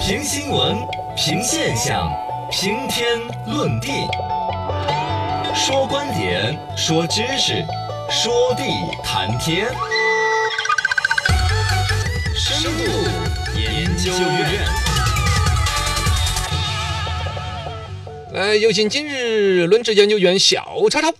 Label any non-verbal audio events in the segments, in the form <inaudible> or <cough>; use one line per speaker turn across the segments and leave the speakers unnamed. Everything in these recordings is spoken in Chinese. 评新闻，评现象，评天论地，说观点，说知识，说地谈天。深度研究院。
呃，有请今日轮值研究员小超超。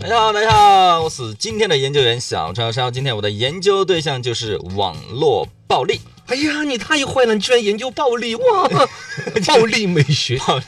大家好，大家好，我是今天的研究员小超超。今天我的研究对象就是网络暴力。
哎呀，你太坏了！你居然研究暴力哇！
<laughs>
暴力美学，
暴力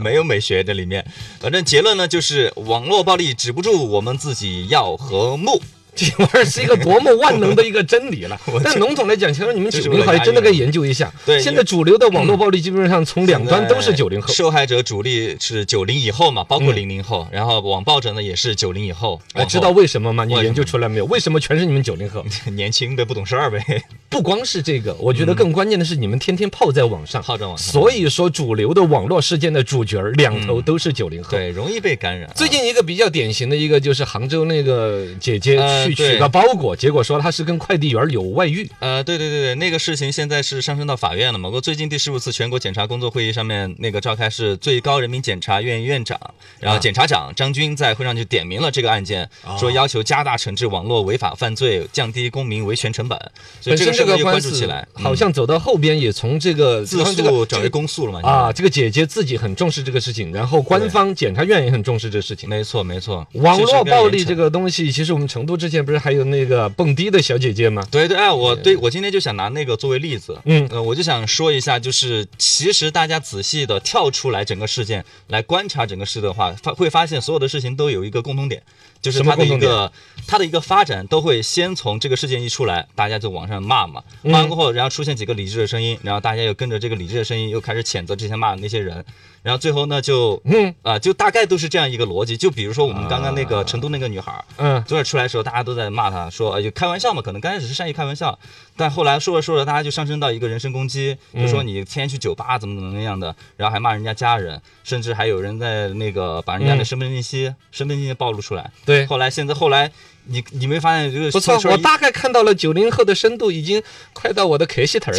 没有美学这里面，反正结论呢就是网络暴力止不住，我们自己要和睦。
这玩意儿是一个多么万能的一个
<laughs>
真理了。但笼统来讲，其实你们
就是
九
为了
零后还
押
真的
韵
可以研究一下。
对
现
因
在
为
主流的网络暴力基本上从两端都是
现在
九零后。
受害者主力是九零以后嘛，包括
嗯
零零后，然后网暴者呢也是九零以后。
哎，
往
知
后
道为什么吗？你
为什嗯
研究出来没有？为什么全是你们九零后？
<laughs> 年轻呗，不懂事
<laughs>
儿呗，
不光是这个，我觉得更关键的是你们天天泡在网上，
嗯泡在网上嗯
所以说，主流的网络事件的主角儿两头都是九零后。
对，容易被感染啊。
最近一个比较典型的一个就是杭州那个姐姐
呃
去取
对
个包裹，结果说她是跟快递员有外遇。
呃，对对对对，那个事情现在是上升到法院了嘛？不过最近第十五次全国检察工作会议上面，那个召开是最高人民检察院院长，
啊
然后检察长张军在会上就点明了这个案件，
哦
说要求加大惩治网络违法犯罪，降低公民维权成本。所以
本
这
身
个事
这
情
个
就
官
关注
司
起来，嗯
好像走到后边也从这个
自
从这个
诉转
这
为
个
公诉了嘛？
啊，这个姐姐自己很重视这个事情，然后官
对
方检察院也很重视这个事
现
情。
在，没错没错，
网
是是
络
该
暴
严
力
惩
这个东西，其实我们成都之前不是还有那个蹦迪的小姐姐吗？
对对，哎，我对我今天就想拿那个作为例子，
嗯
呃，我就想说一下，就是其实大家仔细的跳出来整个事件来观察整个事的话，发会发现所有的事情都有一个共通点，就是
什么
它的一
共通点
个它的一个发展都会先从这个事件一出来，大家就往上骂嘛，
嗯
骂完过后，然后出现几个理智的声音，然后大家又跟着这个理智的声音又开始谴责之前骂的那些人，然后最后呢就
嗯啊
啊、就大概都是这样一个逻辑，就比如说我们刚刚那个成都那个女孩儿，
嗯，
昨晚出来的时候，大家都在骂他，说哎就开玩笑嘛，可能刚开始是善意开玩笑，但后来说着说着，大家就上升到一个人身攻击，就说
嗯
你天天去酒吧怎么怎么样的，然后还骂人家家人，甚至还有人在那个把人家的身份信息、身份信息暴露出来。
嗯对。
后来现在后来，你你没发现这个
不错
事，儿
我
一
大概看到了九零后的深度已经快到我的壳西头
<laughs>
了。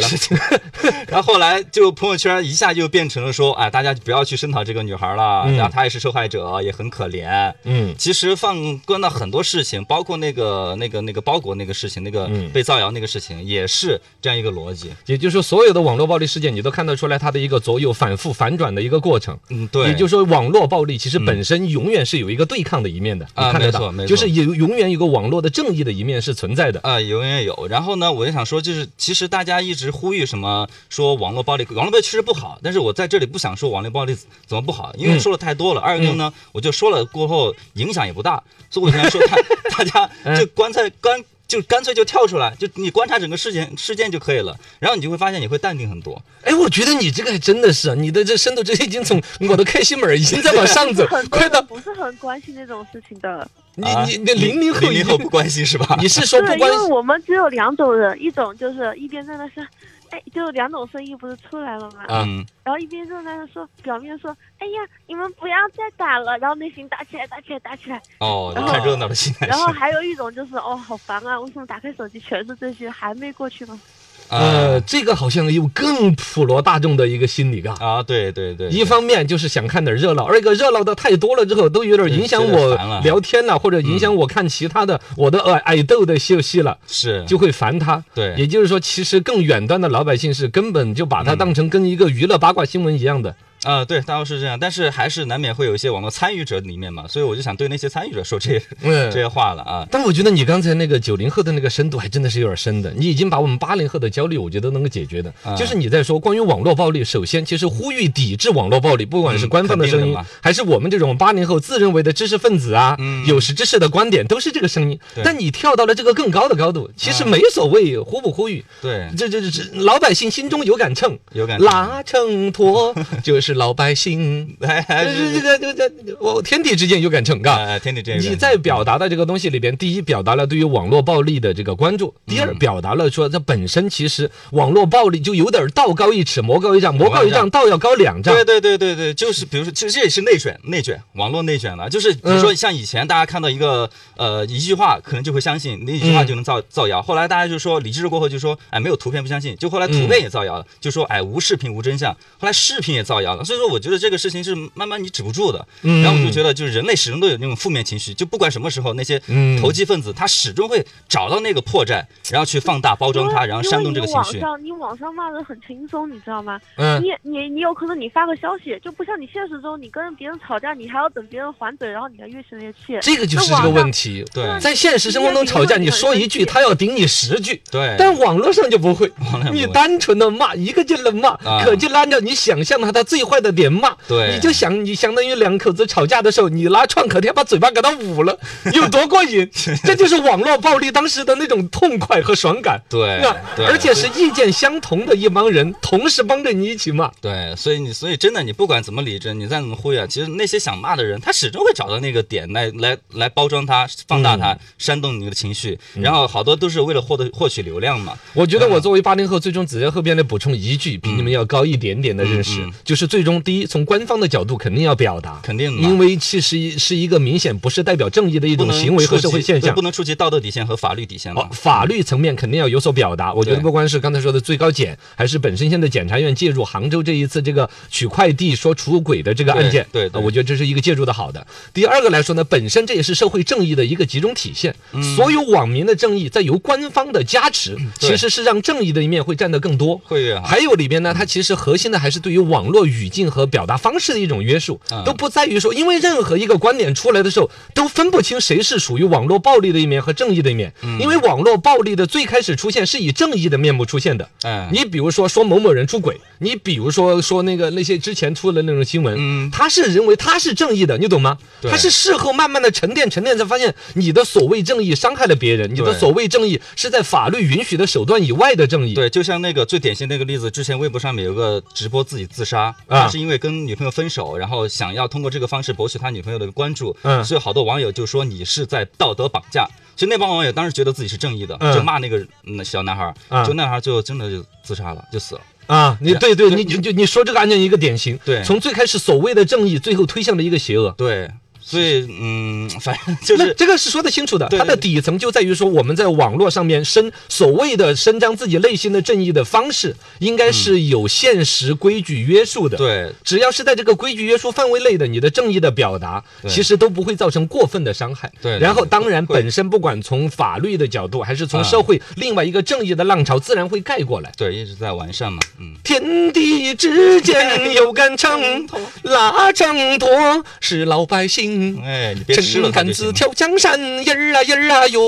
然后后来就朋友圈一下就变成了说，哎，大家就不要去声讨这个女孩了，
嗯
然后她也是受害者，也很可怜。
嗯，
其实放观到很多事情，包括那个那个那个包裹那个事情，那个
嗯
被造谣那个事情，也是这样一个逻辑。
也就是说，所有的网络暴力事件，你都看得出来它的一个左右反复反转的一个过程。
嗯，对，
也就是说，网络暴力其实本身永远是有一个对抗的一面的，
啊
你看得
没
到，
错没错
就是有永远有个网络的正义的一面是存在的。
啊、永远有。然后呢，我就想说，就是其实大家一直呼吁什么说网络暴力，网络暴力确实不好，但是我在这里不想说网络暴力怎么不
嗯
好，因为说了太多了。二一个呢，我就说了过后影响也不大，所以我想说 <laughs> 大大家就观察观。就干脆就跳出来，就你观察整个事件事件就可以了，然后你就会发现你会淡定很多。
哎，我觉得你这个还真的是，你的这深度这已经从我的开心门儿已经在往上 <laughs> 走，
很多
快
人
到
不是很关心这种事
<laughs>
情的。
你
啊
你你零零后
零
已
零后
经，
不关心是吧？
你是说不
对，因
关
为我们只有两种人，一种就是一边在那说，哎，就两种声音不是出来了吗？
啊
嗯，
然后一边就在那说，表面说，哎呀，你们不要再打了，然后内心打起来，打起来，打起来。
哦，
然
你
后
看热闹的心态
然后
是
还有一种就是，哦，好烦啊，为什么打开手机全是这些，还没过去吗？
呃，
啊
这个好像有更普罗大众的一个心理啊。
啊，对对对，
一方面就是想看点热闹，二一个热闹的太多了之后，都有点影响
对觉得烦
我
了
聊天了，或者影响我看其他的我的呃爱豆的秀戏了，
是
就会烦他。
嗯对
也就是说，其实更远端的老百姓是根本就
嗯
把它当成跟一个娱乐八卦新闻一样的。
啊、对，大多是这样，但是还是难免会有一些网络参与者里面嘛，所以我就想对那些参与者说这、这
嗯。
些话了啊。
但我觉得你刚才那个九零后的那个深度还真的是有点深的，你已经把我们八零后的焦虑，我觉得能够解决的。
啊
就是你在说关于网络暴力，首先其实呼吁抵制网络暴力，不管是
嗯
官方的
肯定
声
的
音
嘛，
还是我们这种八零后自认为的知识分子啊，
嗯
有识之士的观点，都是这个声音。
对
但你跳到了这个更高的高度，其实
啊嗯
没所谓呼不呼吁，
对，
这这这这老百姓心中有杆秤，
有感觉。 <laughs>
拉秤砣就是是老百姓。
哎哎，
这
是是
这个这个这个我天地之间有杆秤，嘎。
哎，天地这个
你在表达的这个东西里边，第一表达了对于网络暴力的这个关注，第二表达了说它本身其实网络暴力就有点道高一尺，魔高一丈，魔高一丈，道要高两丈
对。对对对对，就是比如说，其实这也是内卷，内卷，网络内卷了。就是比如
嗯
说，像以前大家看到一个、呃一句话，可能就会相信，那一
嗯
句话就能造、造谣。后来大家就说理智过后就说，哎，没有图片不相信。就后来
嗯
图片也造谣了，就说哎无视频无真相。后来视频也造谣了。所以说，我觉得这个事情是慢慢你止不住的。
嗯
然后我就觉得，就是人类始终都有那种负面情绪，就不管什么时候，那些
嗯
投机分子他始终会找到那个破绽，然后去放大包
因
装
为
它，然后煽动这个情
因为
绪
你。网上你网上骂的很轻松，你知道吗？
嗯，
你你你有可能你发个消息，就不像你现实中你跟别人吵架，你还要等别人还嘴，然后你才越生越气。
这个就是这个问题。
对
在现实生活中吵架，你说一句，他要顶你十句。
对，
但网络上就不会
哎网络上，不会
你单纯的骂，一个劲儿的骂，
啊
可劲儿按照你想象的他最坏的点骂。
对
你就想，你相当于两口子吵架的时候，你拿创可贴把嘴巴给他
<laughs>
捂了，有多过瘾？这就是网络暴力当时的那种痛快和爽感。
对
吧
对
而且是意见相同的一帮人，同时帮着你一起骂。
对，所以你，所以真的，你不管怎么理智，你再怎么忽悠，其实那些想骂的人，他始终会找到那个点来来来包装它、放大
嗯
它、煽动你的情绪，然后好多都是为了获得获取流量嘛。
我觉得我作为八零后，最终只在后边的补充一句，比你们要高一点点的认识
嗯嗯，
就是最终第一，从官方的角度肯定要表达，
肯定的
因为其实是一个明显不是代表正义的一
不
种
能
行为和
触及
社会现
对
象
不。能触及道德底线和法律底线
哦
嘛，。
法律层面肯定要有所表达。我觉得
对
不光是刚才说的最高检，还是本身现在检察院介入杭州这一次这个取快递说出轨的这个案件，
对对对
啊我觉得这是一个介入的好的。第二个来说呢，本身这也是社会正义的一个集中体现，
嗯
所有网民的正义在由官方的加持，
对
其实是让正义的一面会占得更多。
会越好。
还有里边
嗯
呢，它其实核心的还是对于网络语境和表达方式的一种约束
嗯，
都不在于说，因为任何一个观点出来的时候，都分不清谁是属于网络暴力的一面和正义的一面，
嗯
因为网络暴力的最开始出现是以正义的面目出现的。
哎，
你比如说说某某人出轨，你比如说说那个那些之前出的那种新闻，
嗯
他是认为他是正义的，你懂吗？
对
他是事后慢慢的沉淀沉淀，才发现你的所谓正义伤害了别人，你的
对
所谓正义是在法律允许的手段以外的正义。
对，就像那个最典型那个例子，之前微博上面有个直播自己自杀，
啊
他是因为跟女朋友分手，然后想要通过这个方式博取他女朋友的关注，
嗯
所以好多网友就说你是在道德绑架。其实那帮网友当时觉得自己是正义的，
嗯
就骂那个嗯小男孩儿，
嗯
就那男孩儿最后真的就自杀了，就死了。
啊，你
对
对对，你就就你说这个案件一个典型，
对
从最开始所谓的正义，最后推向了一个邪恶。
对，所以嗯，反正就
那
是
这个是说得清楚的，
对
它的
对
底层就在于说我们在网络上面伸所谓的伸张自己内心的正义的方式，应该是有现实规矩约束的。。
嗯对
只要是在这个规矩约束范围内的，你的正义的表达，
对
其实都不会造成过分的伤害。
对对
然后
对
当然
会
本身不管从法律的角度，还是从
啊
社会另外一个正义的浪潮，自然会盖过来。
对，一直在完善嘛，嗯，
天地之间有
<laughs>
杆秤，拉秤砣是老百姓。
哎，你别吃了
秤
它
杆
就
子
行了。
<laughs> 挑江山，人儿啊人儿啊哟。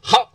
好，